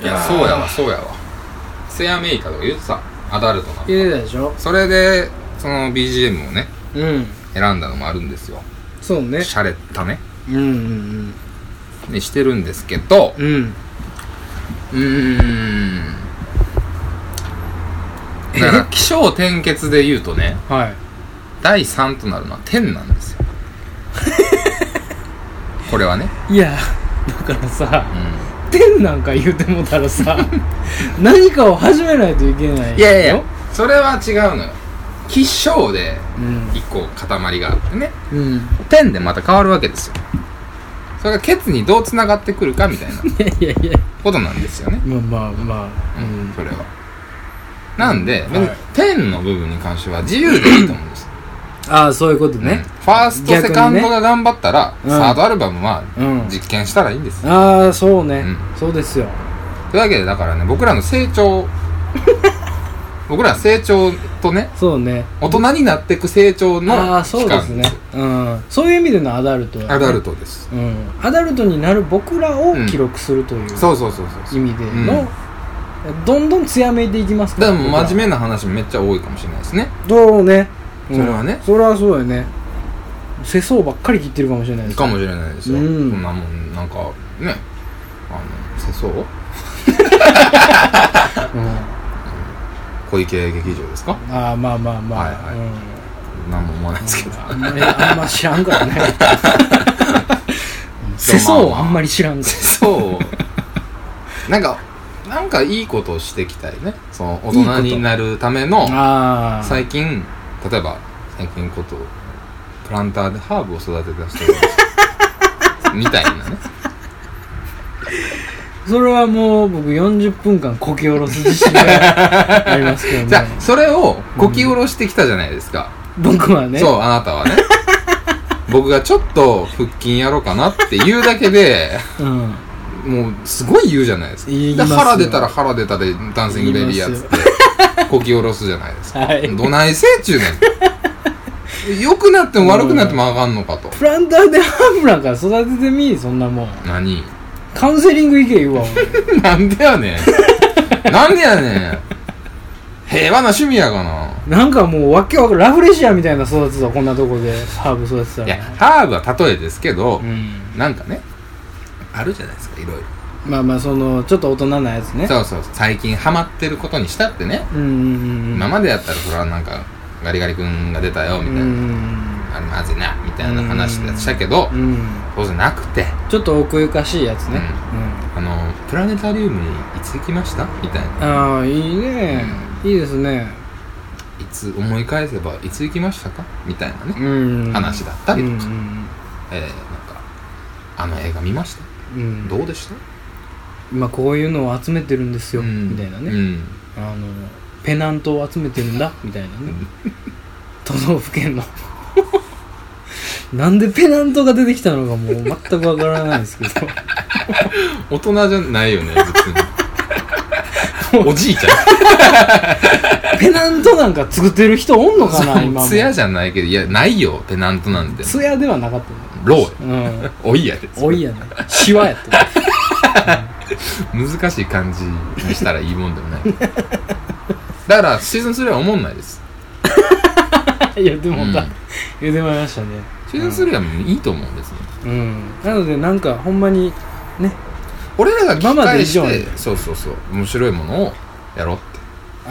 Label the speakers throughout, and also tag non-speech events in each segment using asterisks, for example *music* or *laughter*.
Speaker 1: いやそうやわそうやわセアメイカとか言ってたアダルトな
Speaker 2: 入れてたでしょ
Speaker 1: それでその BGM をね
Speaker 2: うん
Speaker 1: 選んだのもあるんですよ
Speaker 2: そうね
Speaker 1: シャレたね
Speaker 2: うんうん
Speaker 1: にしてるんですけど
Speaker 2: うんうん
Speaker 1: うーんだから気象転結で言うとね
Speaker 2: はい
Speaker 1: 第3となるのは天なんです *laughs* よこれはね、
Speaker 2: いやだからさ
Speaker 1: う
Speaker 2: 天なんか言うてもたら *laughs* さ何かを始めないといけない
Speaker 1: ん、いやいやいやそれは違うのよ気象で
Speaker 2: うん
Speaker 1: 1個塊があってね
Speaker 2: うん
Speaker 1: 天でまた変わるわけですよそれがケツにどうつながってくるかみ
Speaker 2: *laughs*
Speaker 1: たいない
Speaker 2: やいや、
Speaker 1: ことなんですよね
Speaker 2: まあまあまあ
Speaker 1: う
Speaker 2: うんん、
Speaker 1: それはなんで、別
Speaker 2: はい
Speaker 1: に天の部分に関しては自由でいいと思うんです
Speaker 2: ああそういうこと
Speaker 1: ね、
Speaker 2: ね
Speaker 1: ファースト、セカンドが頑張ったら、
Speaker 2: うん
Speaker 1: サードアルバムは
Speaker 2: うん
Speaker 1: 実験したらいいんです、
Speaker 2: ああそうね
Speaker 1: う
Speaker 2: そうですよ
Speaker 1: というわけでだからね僕らの成
Speaker 2: *laughs*
Speaker 1: 長僕ら成長とね
Speaker 2: そうね
Speaker 1: 大人になっていく成長の期間
Speaker 2: ああそうですねうんそういう意味でのアダルトはね
Speaker 1: アダルトです、
Speaker 2: うんアダルトになる僕らを記録するという
Speaker 1: そうそうそうそうそう
Speaker 2: 意味で
Speaker 1: う
Speaker 2: のどんどん艶めいていきますか
Speaker 1: で
Speaker 2: ら
Speaker 1: も真面
Speaker 2: 目
Speaker 1: 目な話めっちゃ多いかもしれないですね
Speaker 2: どうねうん
Speaker 1: それはね
Speaker 2: それはそうやね世相ばっかり切ってるかもしれないです
Speaker 1: かもしれないですよ、
Speaker 2: うん
Speaker 1: そんなもんなんかねあの世相
Speaker 2: うん
Speaker 1: 小池劇場ですか
Speaker 2: ああまあまあま
Speaker 1: は
Speaker 2: あ
Speaker 1: いは
Speaker 2: う
Speaker 1: い
Speaker 2: ん
Speaker 1: 何も思わないですけど
Speaker 2: あんまりあんま知ら
Speaker 1: *laughs*
Speaker 2: んからね世相を
Speaker 1: *laughs*
Speaker 2: あんまり知らんか
Speaker 1: そう。なんか、なんかいいことをしていきたいね。その、大人になるための、
Speaker 2: らああ
Speaker 1: 最近、例えば、最近こと、プランターでハーブを育てた人がみたい
Speaker 2: *laughs*
Speaker 1: なね。
Speaker 2: それはもう僕40分間こき下ろす自信
Speaker 1: *laughs*
Speaker 2: がありますけど
Speaker 1: じゃ
Speaker 2: ね
Speaker 1: あ、それをこき下ろしてきたじゃないですか。
Speaker 2: 僕はね
Speaker 1: そう、あなた
Speaker 2: *laughs*
Speaker 1: はね。僕がちょっと腹筋やろうかなって言うだけで、
Speaker 2: うん
Speaker 1: もうすごい言うじゃないですか。
Speaker 2: 言い
Speaker 1: で
Speaker 2: ますよ
Speaker 1: 腹出たら腹出たでダンシングベビーやつって、こき下ろすじゃないですか。
Speaker 2: はい
Speaker 1: どないせいちゅうね
Speaker 2: *laughs*
Speaker 1: ん。良くなっても悪くなってもあかんのかと。
Speaker 2: プランターでハーブなんか育ててみそんなもん
Speaker 1: 何
Speaker 2: カウンセリング行け言うわ
Speaker 1: *laughs* なんでやねん。なんでやねん。平和な趣味やがな。
Speaker 2: 俺なんかもうわけわかんラフレシアみたいな育てたこんなとこでハーブ育てたら
Speaker 1: いや、ハーブは例えですけど
Speaker 2: う、ん
Speaker 1: なんかね、あるじゃないですか、いろいろ。
Speaker 2: まあまあそのちょっと大人なやつね
Speaker 1: そうそう、最近ハマってることにしたってね。
Speaker 2: うんうんうん
Speaker 1: 今までやったらそれはなんか、ガリガリ君が出たよ、み
Speaker 2: う
Speaker 1: たいな。
Speaker 2: ん
Speaker 1: あれまずいなみたいな話でしたけど
Speaker 2: うん
Speaker 1: そうじゃなくて
Speaker 2: ちょっと奥ゆかしいやつね
Speaker 1: あのプラネタリウムにいつ行きましたみたい
Speaker 2: うん
Speaker 1: な
Speaker 2: ああいいねいいですね
Speaker 1: いつ思い返せばいつ行きましたかみたいなね
Speaker 2: うん
Speaker 1: 話だったりとか
Speaker 2: うんうん
Speaker 1: えーなんかあの映画見ました
Speaker 2: うん
Speaker 1: どうでした
Speaker 2: 今こういうのを集めてるんですよ、
Speaker 1: うん
Speaker 2: みたいな
Speaker 1: う
Speaker 2: ね、
Speaker 1: ん
Speaker 2: あのペナントを集めてるんだみたいなね都道府県の *laughs* なんでペナントが出てきたのかもう全くわからないですけ *laughs* ど
Speaker 1: 大人じゃないよね別
Speaker 2: *laughs*
Speaker 1: に *laughs* おじいちゃ
Speaker 2: ペナントなんか作ってる人おんのかな今
Speaker 1: ん
Speaker 2: も
Speaker 1: ツヤじゃないけどいやないよペナントなんて
Speaker 2: ツヤではなかっ
Speaker 1: ロー
Speaker 2: たね
Speaker 1: おいやで
Speaker 2: うんおいやねシワやった
Speaker 1: 難しい感じにしたらいいもんでもないだからシーズン3は思んないです
Speaker 2: *laughs* いやでも
Speaker 1: うん
Speaker 2: だ、言うてまいりましたね
Speaker 1: シーズン3はもういいと思うんですよ
Speaker 2: うんなのでなんかほんまにね
Speaker 1: 俺らが聞き返して
Speaker 2: 今まで以上に
Speaker 1: そうそうそう面白いものをやろうって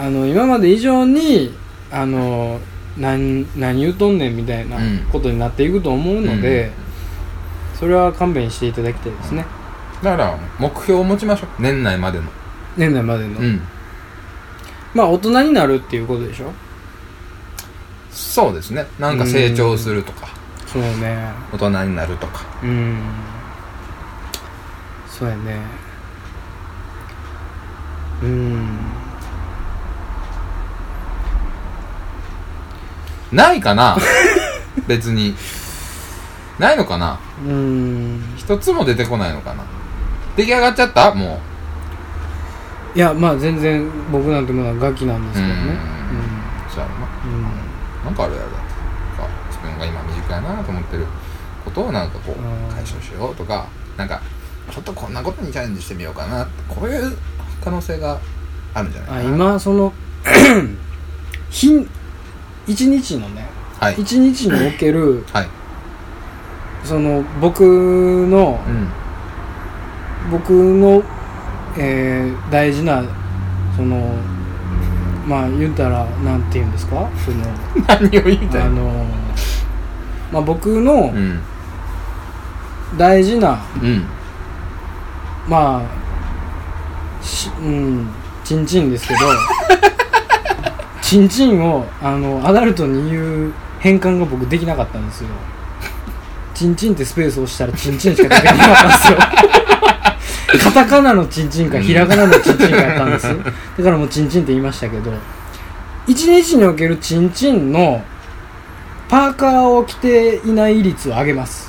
Speaker 2: あの今まで以上にあの何何言うとんねんみたいな
Speaker 1: うん
Speaker 2: ことになっていくと思うので、それは勘弁していただきたいですね、
Speaker 1: だから目標を持ちましょう年内までの
Speaker 2: 年内までの、
Speaker 1: うん
Speaker 2: まあ大人になるっていうことでしょ
Speaker 1: そうですねなんか成長するとか
Speaker 2: そうね
Speaker 1: 大人になるとか
Speaker 2: うんそうやねうん
Speaker 1: ないか *laughs* な別にないのかな
Speaker 2: うん
Speaker 1: 一つも出てこないのかな出来上がっちゃったも
Speaker 2: いやまあ全然僕なんてまだガキなんですけどね
Speaker 1: うそうやろな
Speaker 2: うん、うん
Speaker 1: なんかあるやろなんか自分が今身近やなと思ってることをなんかこ
Speaker 2: うん
Speaker 1: う解消しようとかなんかちょっとこんなことにチャレンジしてみようかなってこういう可能性があるんじゃないか
Speaker 2: あ
Speaker 1: な
Speaker 2: 今その *clears throat* ひん一日のね
Speaker 1: はい
Speaker 2: 一日における
Speaker 1: はい
Speaker 2: その僕の
Speaker 1: うん
Speaker 2: 僕の、えー大事なそのまあ言ったらなんて言うんですかその
Speaker 1: 何を言いた
Speaker 2: あ
Speaker 1: いの
Speaker 2: の、まあ、僕の
Speaker 1: うん
Speaker 2: 大事な、
Speaker 1: うん
Speaker 2: まあしうんちんちんですけどちんちんをあのアダルトに言う変換が僕できなかったんですよちんちんってスペースを押したらちんちんしか出てこなかったんですよカタカナのちんちんかひらがなのちんちんかやったんですだからもうちんちんって言いましたけど一日におけるちんちんのパーカーを着ていない率を上げます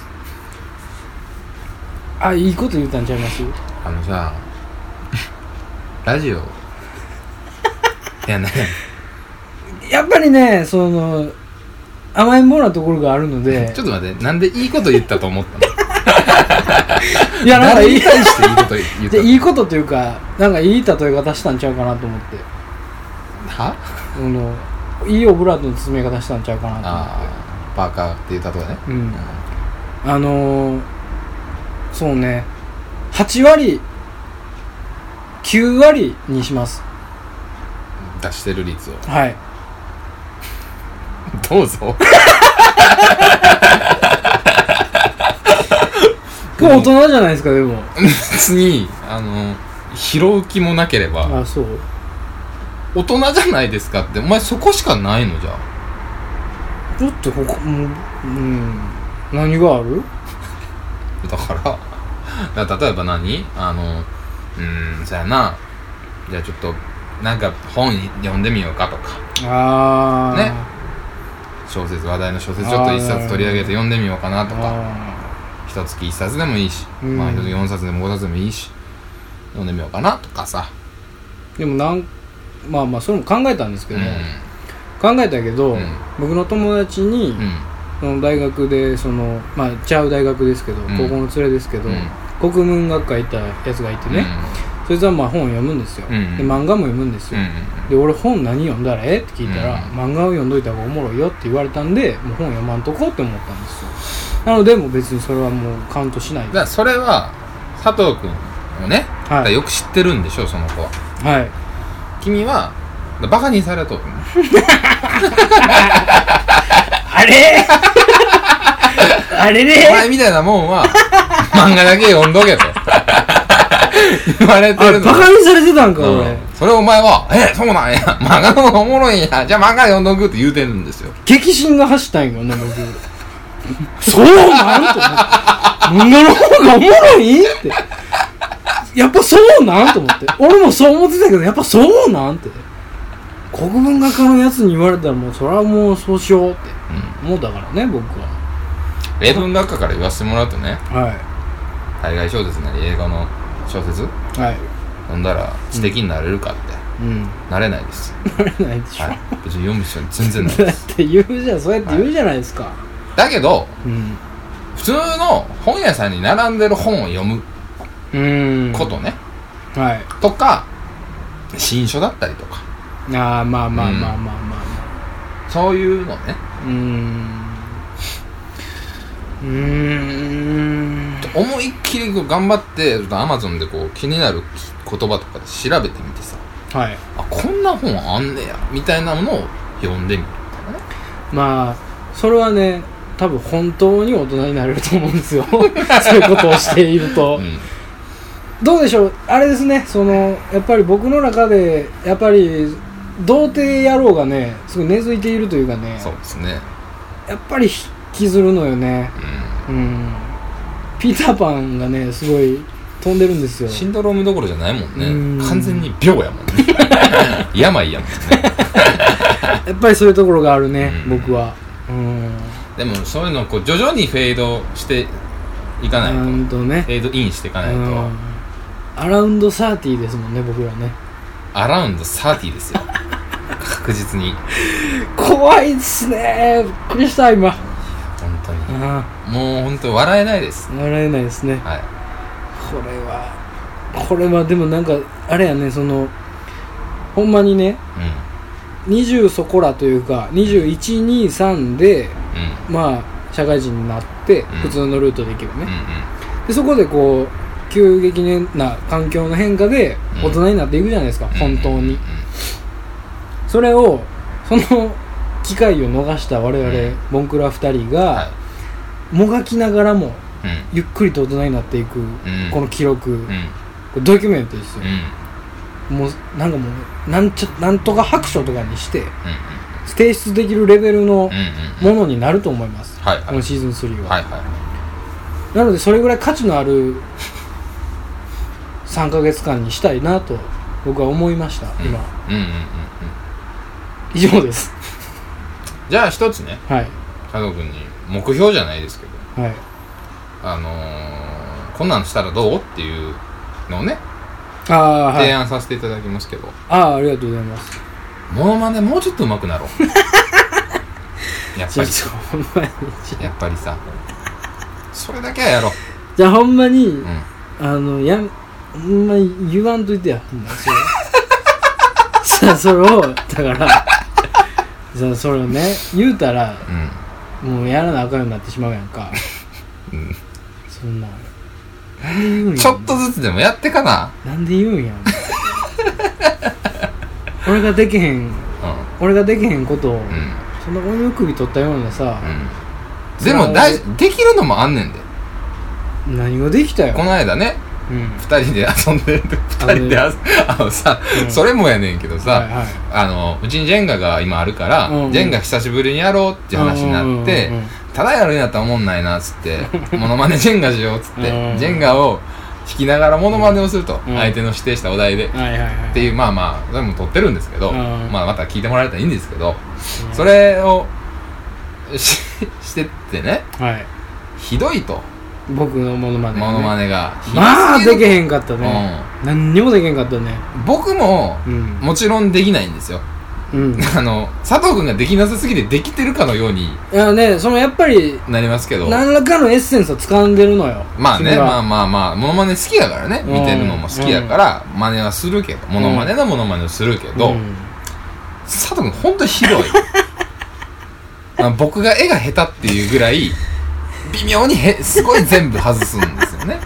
Speaker 2: あいいこと言ったんちゃいます
Speaker 1: あのさラジオいやな
Speaker 2: やっぱりね、その、甘えん坊なところがあるの
Speaker 1: *laughs*
Speaker 2: で
Speaker 1: ちょ、っと待ってなんでいいこと言ったと思ったの
Speaker 2: いや、なんか
Speaker 1: 誰
Speaker 2: い
Speaker 1: に
Speaker 2: い、
Speaker 1: 対していいこと言った
Speaker 2: で
Speaker 1: の
Speaker 2: いいことというか、なんかいい例え方したんちゃうかなと思って、
Speaker 1: は
Speaker 2: あの、いいオブラートの包み方したんちゃうかなと思って。
Speaker 1: ああパーカーっていう例えね
Speaker 2: うん。あのー、そうね、8割、9割にします。
Speaker 1: うん出してる率を
Speaker 2: はい。
Speaker 1: どうぞ
Speaker 2: これ大人じゃないですか、でも。
Speaker 1: 別にあの拾う気もなければ
Speaker 2: あ、そう。
Speaker 1: 大人じゃないですかってお前そこしかないのじゃあ
Speaker 2: ちょっと、ここ、うん、うん、何がある
Speaker 1: だからだから例えば何あのうーんそやなじゃあちょっとなんか本読んでみようかとか
Speaker 2: あー。
Speaker 1: ね小説話題の小説ちょっと一冊取り上げて読んでみようかなとか
Speaker 2: あー
Speaker 1: 一月一冊でもいいし、
Speaker 2: うん
Speaker 1: まあ一つ4冊でも5冊でもいいし読んでみようかなとかさ
Speaker 2: でもなんまあまあそれも考えたんですけ
Speaker 1: う
Speaker 2: ど、
Speaker 1: ん
Speaker 2: 考えたけど、
Speaker 1: うん
Speaker 2: 僕の友達に、
Speaker 1: う
Speaker 2: その大学でそのまあちゃう大学ですけど、
Speaker 1: ん
Speaker 2: 高校の連れですけど、
Speaker 1: うん
Speaker 2: 国文学科行ったやつがいて
Speaker 1: ん
Speaker 2: ね、そいつはまあ本を読むんですよ、
Speaker 1: うん
Speaker 2: で漫画も読むんです
Speaker 1: う
Speaker 2: よ、
Speaker 1: ん
Speaker 2: で俺本何読んだらええって聞いたら、
Speaker 1: う
Speaker 2: 漫画を読んどいた方がおもろいよって言われたんでもう本読まんとこうって思ったんですよなのでもう別にそれはもうカウントしない
Speaker 1: だからそれは佐藤君をね、だから
Speaker 2: はい、
Speaker 1: よく知ってるんでしょその子は
Speaker 2: はい、
Speaker 1: 君はバカにされとる
Speaker 2: *laughs*
Speaker 1: ね
Speaker 2: あれ *laughs* あれ
Speaker 1: お
Speaker 2: れ
Speaker 1: 前みたいなもん
Speaker 2: *laughs*
Speaker 1: は漫画だけ読んどけと言われて
Speaker 2: あ
Speaker 1: る
Speaker 2: れ
Speaker 1: の
Speaker 2: バカにされてたんか、
Speaker 1: うん
Speaker 2: 俺
Speaker 1: それをお前は「えそうなんや漫画の方がおもろいんやじゃあ漫画読んどく」って言うてるんですよ
Speaker 2: 激震が走ったんよね僕そうなんと思って漫画の方がおもろいってやっぱそうなんと思って俺もそう思ってたけどやっぱそうなんって国文学科のやつに言われたらもうそれはもうそうしようって思ったからね僕は
Speaker 1: 例文学科から言わせてもらうとね
Speaker 2: は
Speaker 1: 海外小説なり英語の小説
Speaker 2: いはい
Speaker 1: 読んだら知的になれるかって、
Speaker 2: うん
Speaker 1: なれないです
Speaker 2: なれないでしょ、
Speaker 1: はい別に読む必要全然ない
Speaker 2: *laughs* だって言うじゃんそうやって言うじゃないですか、
Speaker 1: だけど
Speaker 2: うん
Speaker 1: 普通の本屋さんに並んでる本を読む
Speaker 2: うん
Speaker 1: ことね、
Speaker 2: はい
Speaker 1: とか新書だったりとか
Speaker 2: ああまあまあまあまあまあ、まあ
Speaker 1: そういうのね
Speaker 2: うーんうーん
Speaker 1: 思いっきりこう頑張ってアマゾンでこう気になる言葉とかで調べてみてさ
Speaker 2: はい
Speaker 1: あこんな本あんねやみたいなものを読んでみるみたいなね
Speaker 2: まあそれはね多分本当に大人になれると思うんですよ *laughs* そういうことをしていると、どうでしょうあれですねそのやっぱり僕の中でやっぱり童貞野郎がねすごい根付いているというか
Speaker 1: う
Speaker 2: ね
Speaker 1: んそうですね
Speaker 2: やっぱり引きずるのよね
Speaker 1: う
Speaker 2: うんピーターパンがねすごい飛んでるんですよ
Speaker 1: んシンドロームどころじゃないもん
Speaker 2: う
Speaker 1: ね
Speaker 2: ん
Speaker 1: 完全に病やもん
Speaker 2: *laughs*
Speaker 1: ね病やもんね
Speaker 2: やっぱりそういうところがあるね、
Speaker 1: うん
Speaker 2: 僕はうん
Speaker 1: でもそういうのをこう徐々にフェードしていかないと、
Speaker 2: う
Speaker 1: フ
Speaker 2: んとね、
Speaker 1: ェードインしていかないと、
Speaker 2: うんアラウンドサーティーですもんね僕らね
Speaker 1: アラウンド30ですよ確実に
Speaker 2: 怖いっすねびっくりした今
Speaker 1: 本当に
Speaker 2: あ
Speaker 1: もう本当笑えないです
Speaker 2: あ笑えないですね
Speaker 1: はい
Speaker 2: これはこれはでもなんかあれやねそのほんまにね20そこらというか2123で
Speaker 1: うんうん
Speaker 2: まあ社会人になって
Speaker 1: ん
Speaker 2: 普通のルートで行けば
Speaker 1: うん
Speaker 2: ね、でそこでこう急激な環境の変化で
Speaker 1: うん
Speaker 2: 大人になっていくじゃないですか、
Speaker 1: うん
Speaker 2: 本当
Speaker 1: うんうん
Speaker 2: にそれをその機会を逃した我々、
Speaker 1: うん
Speaker 2: ボンクラ2人が、
Speaker 1: は
Speaker 2: もがきながらも
Speaker 1: い
Speaker 2: ゆっくりと大人になっていく、
Speaker 1: うん
Speaker 2: この記録、
Speaker 1: うんうん
Speaker 2: これドキュメントですよ
Speaker 1: う、ん
Speaker 2: もうなんかもうなんちゃなんとか白書とかにして
Speaker 1: うん
Speaker 2: 提出できるレベルの
Speaker 1: うんうんうん
Speaker 2: ものになると思います、
Speaker 1: はいは
Speaker 2: こ
Speaker 1: い
Speaker 2: のシーズン3は、
Speaker 1: はいは
Speaker 2: なのでそれぐらい価値のある3ヶ月間にしたいなと僕は思いました
Speaker 1: い
Speaker 2: 今、
Speaker 1: うんうんうんうん
Speaker 2: 以上です
Speaker 1: じゃあ一つね
Speaker 2: はい
Speaker 1: 加藤君に目標じゃないですけど
Speaker 2: はい
Speaker 1: あのーこんなんしたらどうっていうのをね
Speaker 2: ああは
Speaker 1: 提
Speaker 2: いあ
Speaker 1: 案させていただきますけど
Speaker 2: あーありがとうございます
Speaker 1: モノマネもうちょっと上手くなろう
Speaker 2: *laughs*
Speaker 1: やっ
Speaker 2: じ
Speaker 1: ぱり
Speaker 2: ゃあちょ
Speaker 1: さ
Speaker 2: っとほんまにじゃ
Speaker 1: やっぱりさそれだけはやろう
Speaker 2: あじゃあほんまに、
Speaker 1: うんうん
Speaker 2: あのやんほんまに言わんといてやほんまそれ
Speaker 1: *laughs*
Speaker 2: さあそれをだからさあそれをね言うたらもうやらなあかんようになってしまうやんか
Speaker 1: うん
Speaker 2: そんななんで言うんや
Speaker 1: ちょっとずつでもやってかな
Speaker 2: なんで言うんや俺ができへん
Speaker 1: う
Speaker 2: 俺ができへんことを
Speaker 1: んうん
Speaker 2: そんな俺の首取ったようなさ、
Speaker 1: うんでも大事できるのもあんねんで
Speaker 2: 何ができたよ
Speaker 1: こ、の間ね
Speaker 2: うん、
Speaker 1: 二人で遊んでる二人で遊んあのさ、
Speaker 2: うん
Speaker 1: それもやねんけど
Speaker 2: はい
Speaker 1: さ、
Speaker 2: は
Speaker 1: あのうちにジェンガが今あるから、
Speaker 2: うんうん
Speaker 1: ジェンガ久しぶりにやろうっていう話になって、
Speaker 2: うんうんうんうん
Speaker 1: ただやるんやったらおもんないなっつって
Speaker 2: *laughs*
Speaker 1: モノマネジェンガしようっつって、
Speaker 2: うんうん
Speaker 1: ジェンガを弾きながらモノマネをすると、
Speaker 2: うん
Speaker 1: 相手の指定したお題で、っ
Speaker 2: いはいはいはい
Speaker 1: ていうまあまあそれも撮ってるんですけど、
Speaker 2: うん
Speaker 1: まあまた聞いてもらえたらいいんですけど、それをししてってね
Speaker 2: はい
Speaker 1: ひどいと
Speaker 2: 僕のモノマネ、ね、
Speaker 1: モノマネが、
Speaker 2: まあ
Speaker 1: ひど
Speaker 2: ですき
Speaker 1: ぎる
Speaker 2: へんかったね、何にもできへんかったね
Speaker 1: 僕も
Speaker 2: うん
Speaker 1: もちろんできないんですよ *laughs*
Speaker 2: うん
Speaker 1: あの佐藤君ができなさすぎてできてるかのように
Speaker 2: いやねそのやっぱり
Speaker 1: なりますけど
Speaker 2: 何らかのエッセンスを掴んでるのよ
Speaker 1: まあね
Speaker 2: 君は
Speaker 1: まあまあまあモノマネ好きやからね
Speaker 2: うん
Speaker 1: 見てるのも好きやから真似はするけどモノマネのモノマネをするけど、
Speaker 2: うん
Speaker 1: 佐藤君ほんとひどいあの僕が絵が下手っていうぐらい微妙にへすごい全部外すんですよね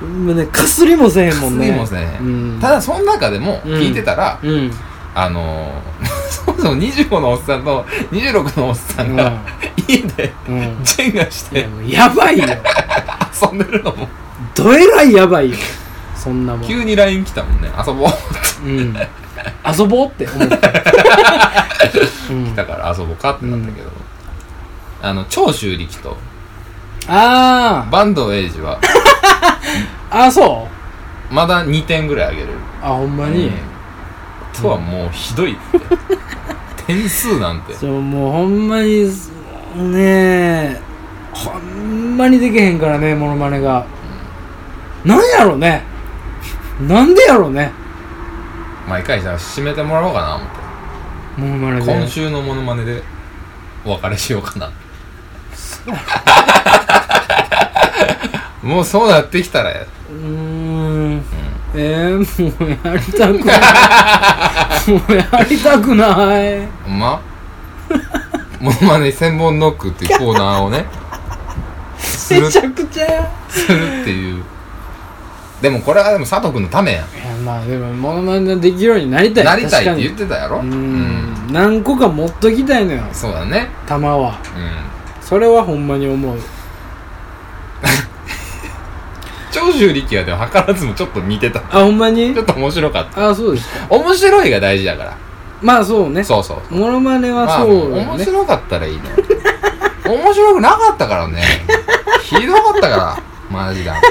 Speaker 2: もうねかすりもせえへんもんね
Speaker 1: かすりもせえへん
Speaker 2: うん
Speaker 1: ただその中でも聞いてたら、
Speaker 2: うん
Speaker 1: あのーそもそも25のおっさんと26のおっさんが、家で
Speaker 2: うんうん
Speaker 1: ジェンガし
Speaker 2: い
Speaker 1: て
Speaker 2: やもうやばいよ
Speaker 1: 遊んでるのも
Speaker 2: どえらいやばいよそんなもん、
Speaker 1: 急に LINE 来たもんね遊ぼう
Speaker 2: うん、遊ぼうって
Speaker 1: *laughs*
Speaker 2: 思ったうん
Speaker 1: だから遊ぼうかってなったけど、あの長州力と
Speaker 2: あー
Speaker 1: 坂東栄治は
Speaker 2: あそう
Speaker 1: まだ2点ぐらい上げれる
Speaker 2: あほんまに、
Speaker 1: とはもうひどいって
Speaker 2: *laughs*
Speaker 1: 点数なんて
Speaker 2: そうもうほんまにねえほんまにできへんからねモノマネが、なんやろねなんでやろね
Speaker 1: 毎回じゃあ締めてもらおうかな思って
Speaker 2: モノマネで
Speaker 1: 今週のモノマネでお別れしようかなもうそうなってきたらや
Speaker 2: うーんえー、もうやりたく
Speaker 1: *laughs*
Speaker 2: ないもうやりたくない
Speaker 1: ほんまモノマネ千本ノックっていうコーナー
Speaker 2: *laughs*
Speaker 1: をねする
Speaker 2: めちゃくちゃや
Speaker 1: するっていうでもこれはでも佐藤君のためやん
Speaker 2: いやまあでもモノマネできるようになりたい
Speaker 1: なりたいって言
Speaker 2: 確
Speaker 1: ってたやろ
Speaker 2: かにうーん何個か持っときたいのよ
Speaker 1: そうだね
Speaker 2: 玉
Speaker 1: う
Speaker 2: は
Speaker 1: ん
Speaker 2: それはほんまに思う
Speaker 1: 長州力はでも図らずもちょっと似てた
Speaker 2: あほんまに
Speaker 1: ちょっと面白かっ
Speaker 2: あそうですか
Speaker 1: た面白いが大事だか
Speaker 2: まあそうね
Speaker 1: らそうそう
Speaker 2: モノマネは
Speaker 1: まあ
Speaker 2: そうよ
Speaker 1: 面
Speaker 2: ね、
Speaker 1: 白かったらいいね面白くなかったからねひどかったからマジでなんか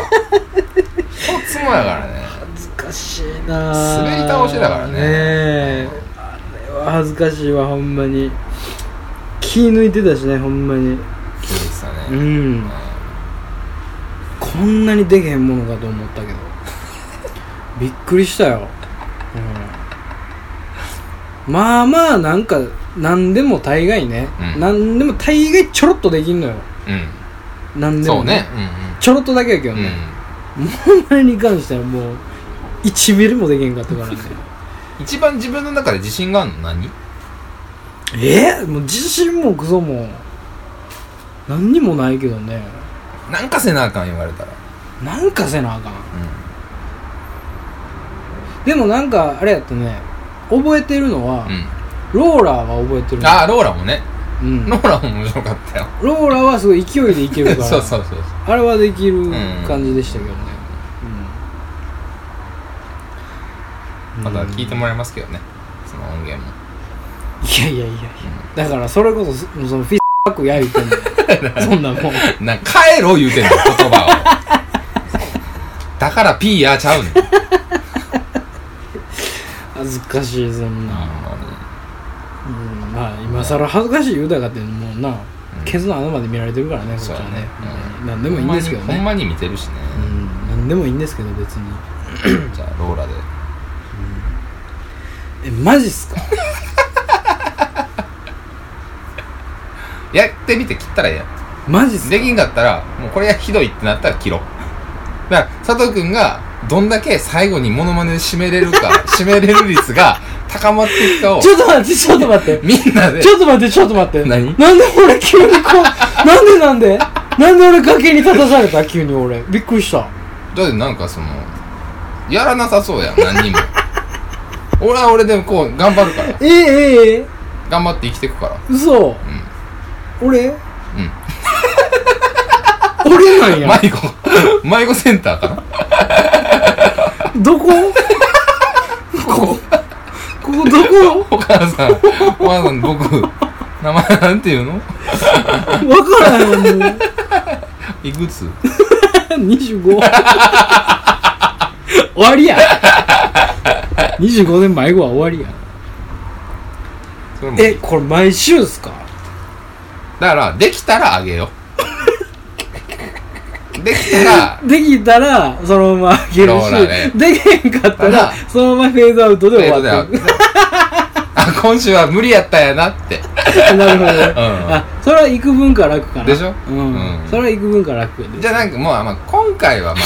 Speaker 1: 一つもやからね
Speaker 2: 恥ずかしいなあ
Speaker 1: 滑り倒しだからね
Speaker 2: えあれは恥ずかしいわほんまに気抜いてたしねほんまに
Speaker 1: 気にした
Speaker 2: う
Speaker 1: ね
Speaker 2: んこんなにでけへんものかと思ったけど *laughs* びっくりしたよ、うん、まあまあなんか何でも大概ね、
Speaker 1: うん
Speaker 2: 何でも大概ちょろっとできんのよ
Speaker 1: うん
Speaker 2: 何で
Speaker 1: そう
Speaker 2: も、
Speaker 1: ね
Speaker 2: ちょろっとだけやけ
Speaker 1: うん
Speaker 2: ど
Speaker 1: うん
Speaker 2: ね、モンマネに関してはもう1ミリもできへんかったから
Speaker 1: *laughs*
Speaker 2: ね
Speaker 1: 一番自分の中で自信があるの何
Speaker 2: えもう自信もクソも何にもないけどね
Speaker 1: なんかせなあかん言われたら
Speaker 2: なんかせなあかん
Speaker 1: う
Speaker 2: でもなんかあれやったね覚えてるのは、
Speaker 1: ん、
Speaker 2: ローラーは覚えてる
Speaker 1: うん、
Speaker 2: の
Speaker 1: ああローラもね
Speaker 2: うん、
Speaker 1: ローラも面白かったよ
Speaker 2: ローラーはすごい勢いでいけるか
Speaker 1: *laughs*
Speaker 2: ら
Speaker 1: そうそうそう
Speaker 2: あれはできる感じでしたけどね、うん
Speaker 1: また聞いてもらいますけどねその音源も
Speaker 2: いやいやいやいやだからそれこそそそのフィッバックや言うて
Speaker 1: *laughs*
Speaker 2: んのそんなもん
Speaker 1: な帰ろ言うてんの言葉をだからピーやちゃうねん
Speaker 2: 恥ずかしいそんな、
Speaker 1: ほんまに
Speaker 2: うん、まあ今更恥ずかしい言うたかってもうな、
Speaker 1: うん
Speaker 2: ケツの穴まで見られてるからねこっち
Speaker 1: そう
Speaker 2: は
Speaker 1: やね
Speaker 2: ね、
Speaker 1: う
Speaker 2: うん、何でもいいんですけど
Speaker 1: ほんま
Speaker 2: ね
Speaker 1: にほんまに見てるしね、
Speaker 2: うん何でもいいんですけど別に
Speaker 1: じゃあローラで
Speaker 2: えマジっすか
Speaker 1: やってみて切ったらええやん
Speaker 2: マジっすか
Speaker 1: できんかったらもうこれひどいってなったら切ろうだから佐藤君がどんだけ最後にモノマネで締めれるか
Speaker 2: *laughs*
Speaker 1: 締めれる率が高まっていくかを
Speaker 2: ちょっと待ってちょっと待って
Speaker 1: みんなで
Speaker 2: ちょっと待って、ちょっと待って。
Speaker 1: 何
Speaker 2: なんで俺急にこ
Speaker 1: *laughs*
Speaker 2: う、なんでなんでなんで俺崖に立たされた急に俺。びっくりした。
Speaker 1: だってなんかそのやらなさそうやん何
Speaker 2: *laughs*
Speaker 1: にも俺は俺でもこう頑張るから
Speaker 2: ええええ
Speaker 1: 頑張って生きていくから
Speaker 2: 嘘。俺
Speaker 1: うん
Speaker 2: 俺な
Speaker 1: *laughs*
Speaker 2: んや。
Speaker 1: 迷子迷子センターかな
Speaker 2: どこここ。ここどこ
Speaker 1: お母さんお母さん僕名前なんていうの
Speaker 2: わからんよ、もう。
Speaker 1: いくつ
Speaker 2: 25。終 *laughs* わりや。25年前後は終わりや。
Speaker 1: それも
Speaker 2: え、これ毎週っすか
Speaker 1: だからできたらあげようできたら
Speaker 2: できたら、そのままあげる
Speaker 1: ローラー
Speaker 2: し、できへんかった
Speaker 1: た
Speaker 2: ら
Speaker 1: だ、
Speaker 2: そのままフェードアウトで終わっ
Speaker 1: え
Speaker 2: て
Speaker 1: ーとねあ今週は無理やったんやなって
Speaker 2: る。 *laughs* なるほどね。
Speaker 1: うん
Speaker 2: あ、それは幾分か楽かな。
Speaker 1: でしょ
Speaker 2: うん
Speaker 1: う。ん
Speaker 2: それは幾分か楽やで。
Speaker 1: じゃあなんかもう、まあ、今回はま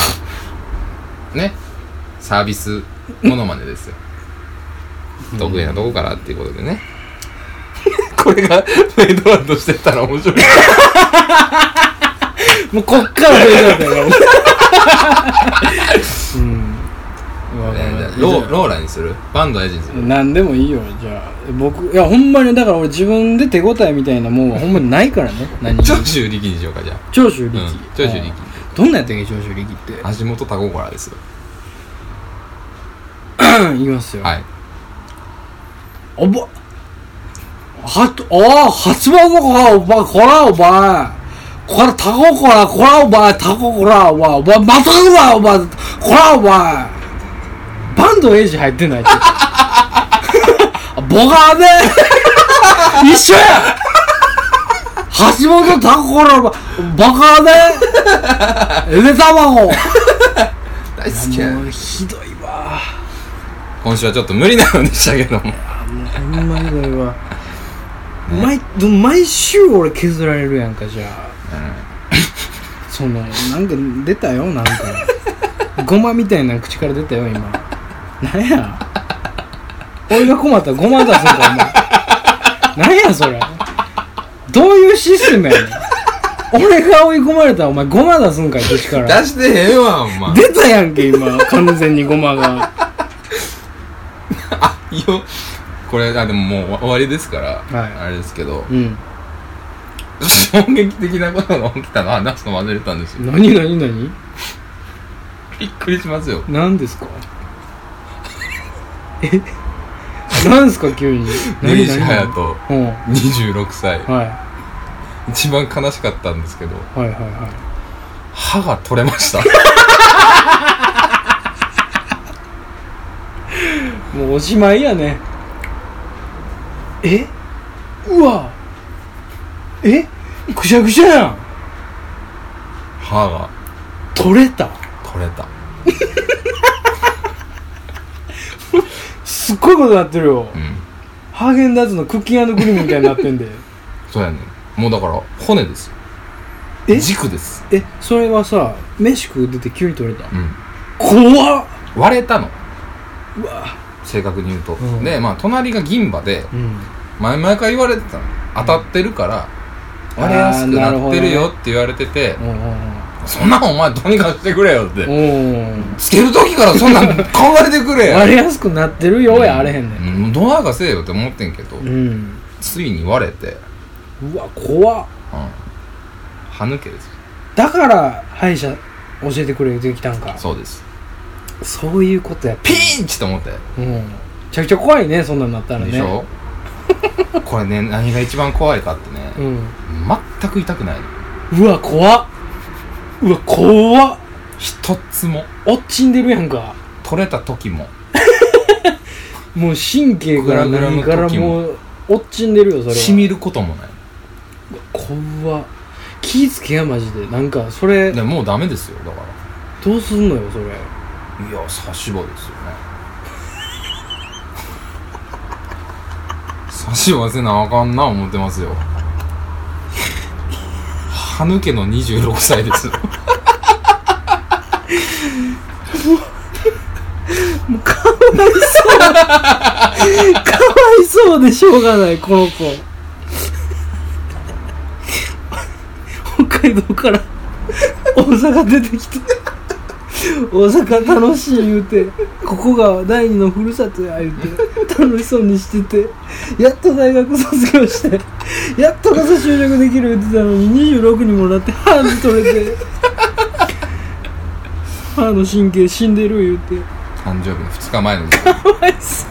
Speaker 1: あねサービスモノマネですよ得意なとこからっていうことでねこれがフェードアウトしてったら面白い
Speaker 2: もうこっからフェードアウトやから。
Speaker 1: *laughs*
Speaker 2: うん。
Speaker 1: ローローラにするバンドエージにする
Speaker 2: なんでもいいよじゃあ僕いやほんまにだから俺自分で手応えみたい
Speaker 1: *laughs*
Speaker 2: なもんはほんまにないからね何に
Speaker 1: 長州力にしようかじゃあ
Speaker 2: 長州力、
Speaker 1: うん長州力
Speaker 2: ああどんなやったっけ長州力って
Speaker 1: 橋本タココラですよ
Speaker 2: *coughs* うんいきますよ
Speaker 1: はい
Speaker 2: おば、はと、おー、初物か、おば、こら、おば、こら、タコこら、こら、おば、タコこら、おば、おば、またくわ、おば、こら、おば、バンドエイジ入ってないちょっ *laughs* とボカーで *laughs* 一緒や橋本タコこら、おば、ボカーでゆで卵も
Speaker 1: 大好きや
Speaker 2: う、ひどいわ。
Speaker 1: 今週はちょっと無理なのでしたけども
Speaker 2: ほんまにこれは毎でも毎週俺削られるやんかじゃあ、 *laughs* そのなんか出たよなんか *laughs* ごまみたいな口から出たよ今なんや俺が困ったらごま出すんかお前なんやそれどういうシステムやねん俺が追い込まれたらお前ごま出すんかい口か
Speaker 1: 出
Speaker 2: ら
Speaker 1: してへんわお前
Speaker 2: 出たやんけ今完全にごまが
Speaker 1: あいいよこれあでももう終わりですから、
Speaker 2: はい
Speaker 1: あれですけど
Speaker 2: うん
Speaker 1: 衝撃的なことが起きたの話すの忘れてたんですよ
Speaker 2: 何何何
Speaker 1: びっくりしますよ
Speaker 2: 何ですか *laughs* え何ですか急に
Speaker 1: 根
Speaker 2: 何
Speaker 1: 岸隼人
Speaker 2: うんはい
Speaker 1: 26歳
Speaker 2: はい
Speaker 1: 一番悲しかったんですけど
Speaker 2: はいは
Speaker 1: 歯が取れました
Speaker 2: いもうおしまいやねえうわえくしゃくしゃやん
Speaker 1: 歯が
Speaker 2: 取れた
Speaker 1: 取れた
Speaker 2: すっごいことになってるよ
Speaker 1: うん
Speaker 2: ハーゲンダッツのクッキングクリームみたいになってんで
Speaker 1: そうやねんもうだから骨ですよ
Speaker 2: え
Speaker 1: 軸です
Speaker 2: えそれはさ飯食う出て急に取れた
Speaker 1: うん
Speaker 2: 怖っ
Speaker 1: 割れたの
Speaker 2: うわ
Speaker 1: 正確に言うと、
Speaker 2: うん
Speaker 1: でまあ隣が銀歯で
Speaker 2: うん
Speaker 1: 前々から言われてたの当たってるから割れやすく
Speaker 2: あーなる
Speaker 1: な
Speaker 2: ほ
Speaker 1: っ
Speaker 2: ど
Speaker 1: て
Speaker 2: ね
Speaker 1: るよって言われてて、
Speaker 2: おうおう
Speaker 1: そんなんお前どうにかしてくれよって、
Speaker 2: おうおう
Speaker 1: つける時からそんなん考えてく
Speaker 2: *laughs*
Speaker 1: れよ
Speaker 2: 割れやすくなってるよやあれへんねん
Speaker 1: うん、どないかせえよって思ってんけど、
Speaker 2: うん
Speaker 1: ついに割れて、うん、
Speaker 2: うわ怖っ
Speaker 1: 歯抜けですよ
Speaker 2: だから歯医者教えてくれ言ってきたんか
Speaker 1: そうです
Speaker 2: そういうことや
Speaker 1: ピンチと思って
Speaker 2: うんめちゃくちゃ怖いねそんなんなったらね
Speaker 1: でしょ *laughs* これね何が一番怖いかってね、
Speaker 2: うん
Speaker 1: 全く痛くないの
Speaker 2: うわ怖っうわ怖っ
Speaker 1: 一つも
Speaker 2: 落ちんでるやんか
Speaker 1: 取れた時も
Speaker 2: もう神経から
Speaker 1: グラグラ
Speaker 2: 何
Speaker 1: の
Speaker 2: から
Speaker 1: 時も
Speaker 2: もう落ちんでるよそれは
Speaker 1: しみることもない
Speaker 2: 怖っ気ぃつけやマジでなんかそれ
Speaker 1: でもうダメですよだか
Speaker 2: どうすんのよそれ
Speaker 1: らいや差し歯ですよね差し歯せなあかんな思ってますよ歯抜けの26歳ですよ
Speaker 2: かわいそうでしょうがないこの子北海道から大阪出てきて大阪楽しい言うてここが第二のふるさとや言うて楽しそうにしててやっと大学卒業してやっとこそ就職できる言ってたのに26にもなって歯に取れて歯の神経死んでる言うて
Speaker 1: 誕生日の2日前のです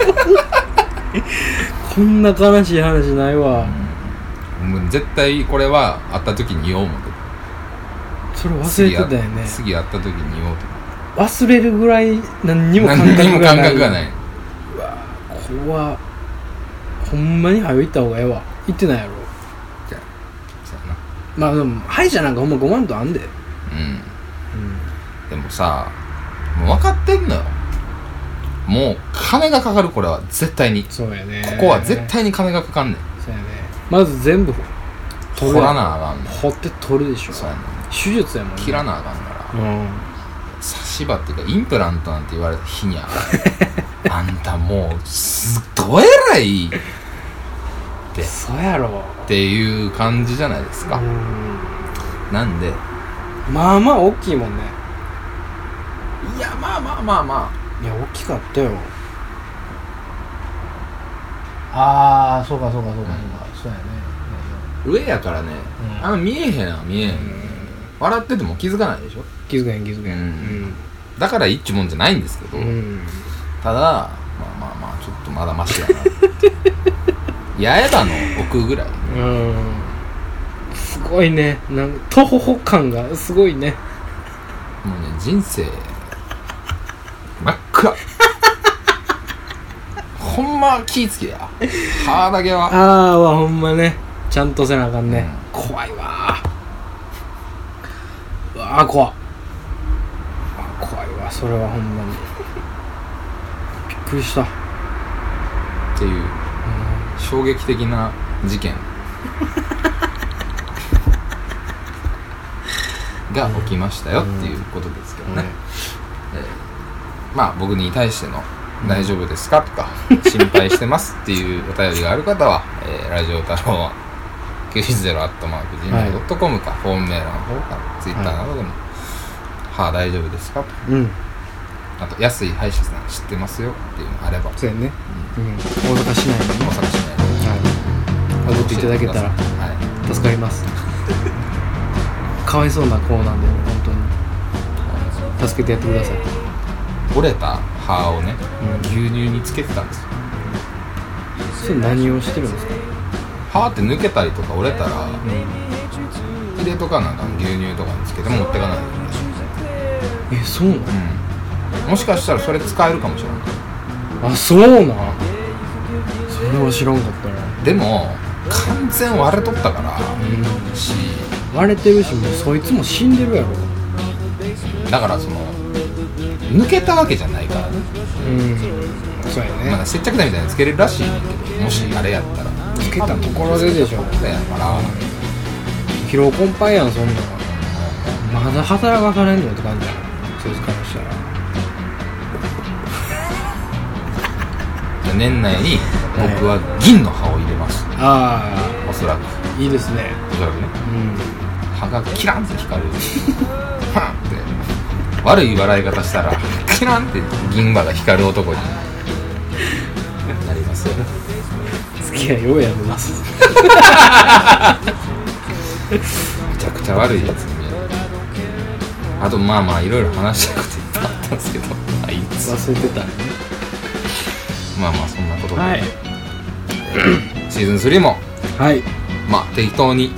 Speaker 2: こんな悲しい話ないわ、
Speaker 1: もう絶対これは会った時に言おうもん
Speaker 2: それ忘れてたよね
Speaker 1: 次会った時に言おうと
Speaker 2: 忘れるぐらい何にも感
Speaker 1: 何に
Speaker 2: 覚
Speaker 1: も
Speaker 2: が
Speaker 1: 感
Speaker 2: ない
Speaker 1: 覚がない
Speaker 2: 怖っほんまに早よ行った方がええわ行ってないやろ
Speaker 1: そうやな
Speaker 2: まあでも歯医者なんかほんま5万とあんで
Speaker 1: うんでもさもう分かってんのよもう金がかかるこれは絶対にこ
Speaker 2: そうやね
Speaker 1: こは絶対に金がかかんねん
Speaker 2: そうやねまず全部取
Speaker 1: 取
Speaker 2: るや
Speaker 1: ら
Speaker 2: ん
Speaker 1: なあかんねん
Speaker 2: 掘って取るでしょ
Speaker 1: そうやねん
Speaker 2: 手術やもんね
Speaker 1: 切らなあかんから
Speaker 2: うん
Speaker 1: 差し歯っていうかインプラントなんて言われた日 *laughs* にゃあんたもうすっごい偉いっで
Speaker 2: そうやろ
Speaker 1: ていう感じじゃないです
Speaker 2: う
Speaker 1: か
Speaker 2: ん
Speaker 1: なんで
Speaker 2: まあまあ大きいもんね
Speaker 1: いやまあまあまあま
Speaker 2: いや大きかったよああそうかそうかそう
Speaker 1: か
Speaker 2: そうやね
Speaker 1: あ上やからね、
Speaker 2: うん
Speaker 1: あの見えへんは見えへん、笑ってても気づかないでしょ
Speaker 2: 気づかへん気づかへん
Speaker 1: うんだから一っちゅうもんじゃないんですけど、
Speaker 2: うん
Speaker 1: ただまあまあまあちょっとまだマシやな八重歯の奥ぐらい
Speaker 2: うんすごいねなんか徒歩感がすごいね
Speaker 1: もうね人生真っ暗 *laughs* ほんま気ぃつけや歯だけは
Speaker 2: ああはほんまねちゃんとせなあかんね、
Speaker 1: 怖いわ
Speaker 2: うわあ怖っあー怖いわそれはほんまにびっくりした、うん、
Speaker 1: っていう衝撃的な事件が起きましたよっていうことですけどね、まあ僕に対しての「大丈夫ですか?」とか「心配してます」っていうお便りがある方
Speaker 2: *laughs*
Speaker 1: は「えーラジオ太郎」は 910-gmail.com か、ホームメールの方か Twitter などでも「はあ大丈夫ですか?」と
Speaker 2: うん
Speaker 1: あと「安い歯医者さん知ってますよ」っていうのがあれば大
Speaker 2: そうやね、うん、大阪市内にね、
Speaker 1: 阪市内で
Speaker 2: はい、送っていただけたら
Speaker 1: は
Speaker 2: 助かり *laughs* ますかわいそうな子なんで本当に助けてやってください
Speaker 1: い、折れた歯をね、
Speaker 2: うん
Speaker 1: 牛乳につけてたんですよ
Speaker 2: それ何をしてるんですか
Speaker 1: 歯って抜けたりとか折れたら、入れとかなんか牛乳とかにつけて持ってかないといけない
Speaker 2: えそうなの
Speaker 1: うん、もしかしたらそれ使えるかもしれない
Speaker 2: あそうなんそれは知らんかったな
Speaker 1: でも完全割れとったから
Speaker 2: う
Speaker 1: し
Speaker 2: 割れてるしもうそいつも死んでるやろ
Speaker 1: だからその抜けたわけじゃないからね
Speaker 2: うんそうや
Speaker 1: まだ接着剤みたいにつけれるらしいねんけどもしあれやったら
Speaker 2: つけたところででしょ
Speaker 1: そうやから
Speaker 2: 疲労困憊やんそんなんまだ働かされんのって感じだそいつからしたら
Speaker 1: 年内に僕は銀の歯を入れます、
Speaker 2: あ
Speaker 1: おそらく
Speaker 2: あいいですね
Speaker 1: おそらくね
Speaker 2: うん
Speaker 1: 歯がキランって光る *laughs* パンって悪い笑い方したらキランって銀歯が光る男になりますよ
Speaker 2: 付き合いをや *laughs* めます
Speaker 1: めちゃくちゃ悪いやつに見えるあとまあまあいろいろ話したいこといっぱいあったんですけどあいつ
Speaker 2: 忘れてた
Speaker 1: まあまあそんなことで、
Speaker 2: はい
Speaker 1: シーズン3も
Speaker 2: はい
Speaker 1: まあ適当に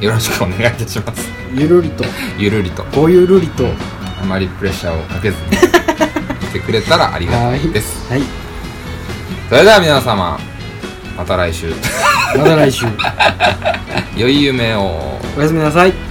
Speaker 1: よろしくお願いいたします *laughs*
Speaker 2: ゆるりと
Speaker 1: ゆるりと
Speaker 2: ごゆるりとは
Speaker 1: あまりプレッシャーをかけずにしてくれたらありがたいです
Speaker 2: はい
Speaker 1: それでは皆様また来週 *laughs*
Speaker 2: また来週
Speaker 1: 良い夢を
Speaker 2: *laughs* おやすみなさい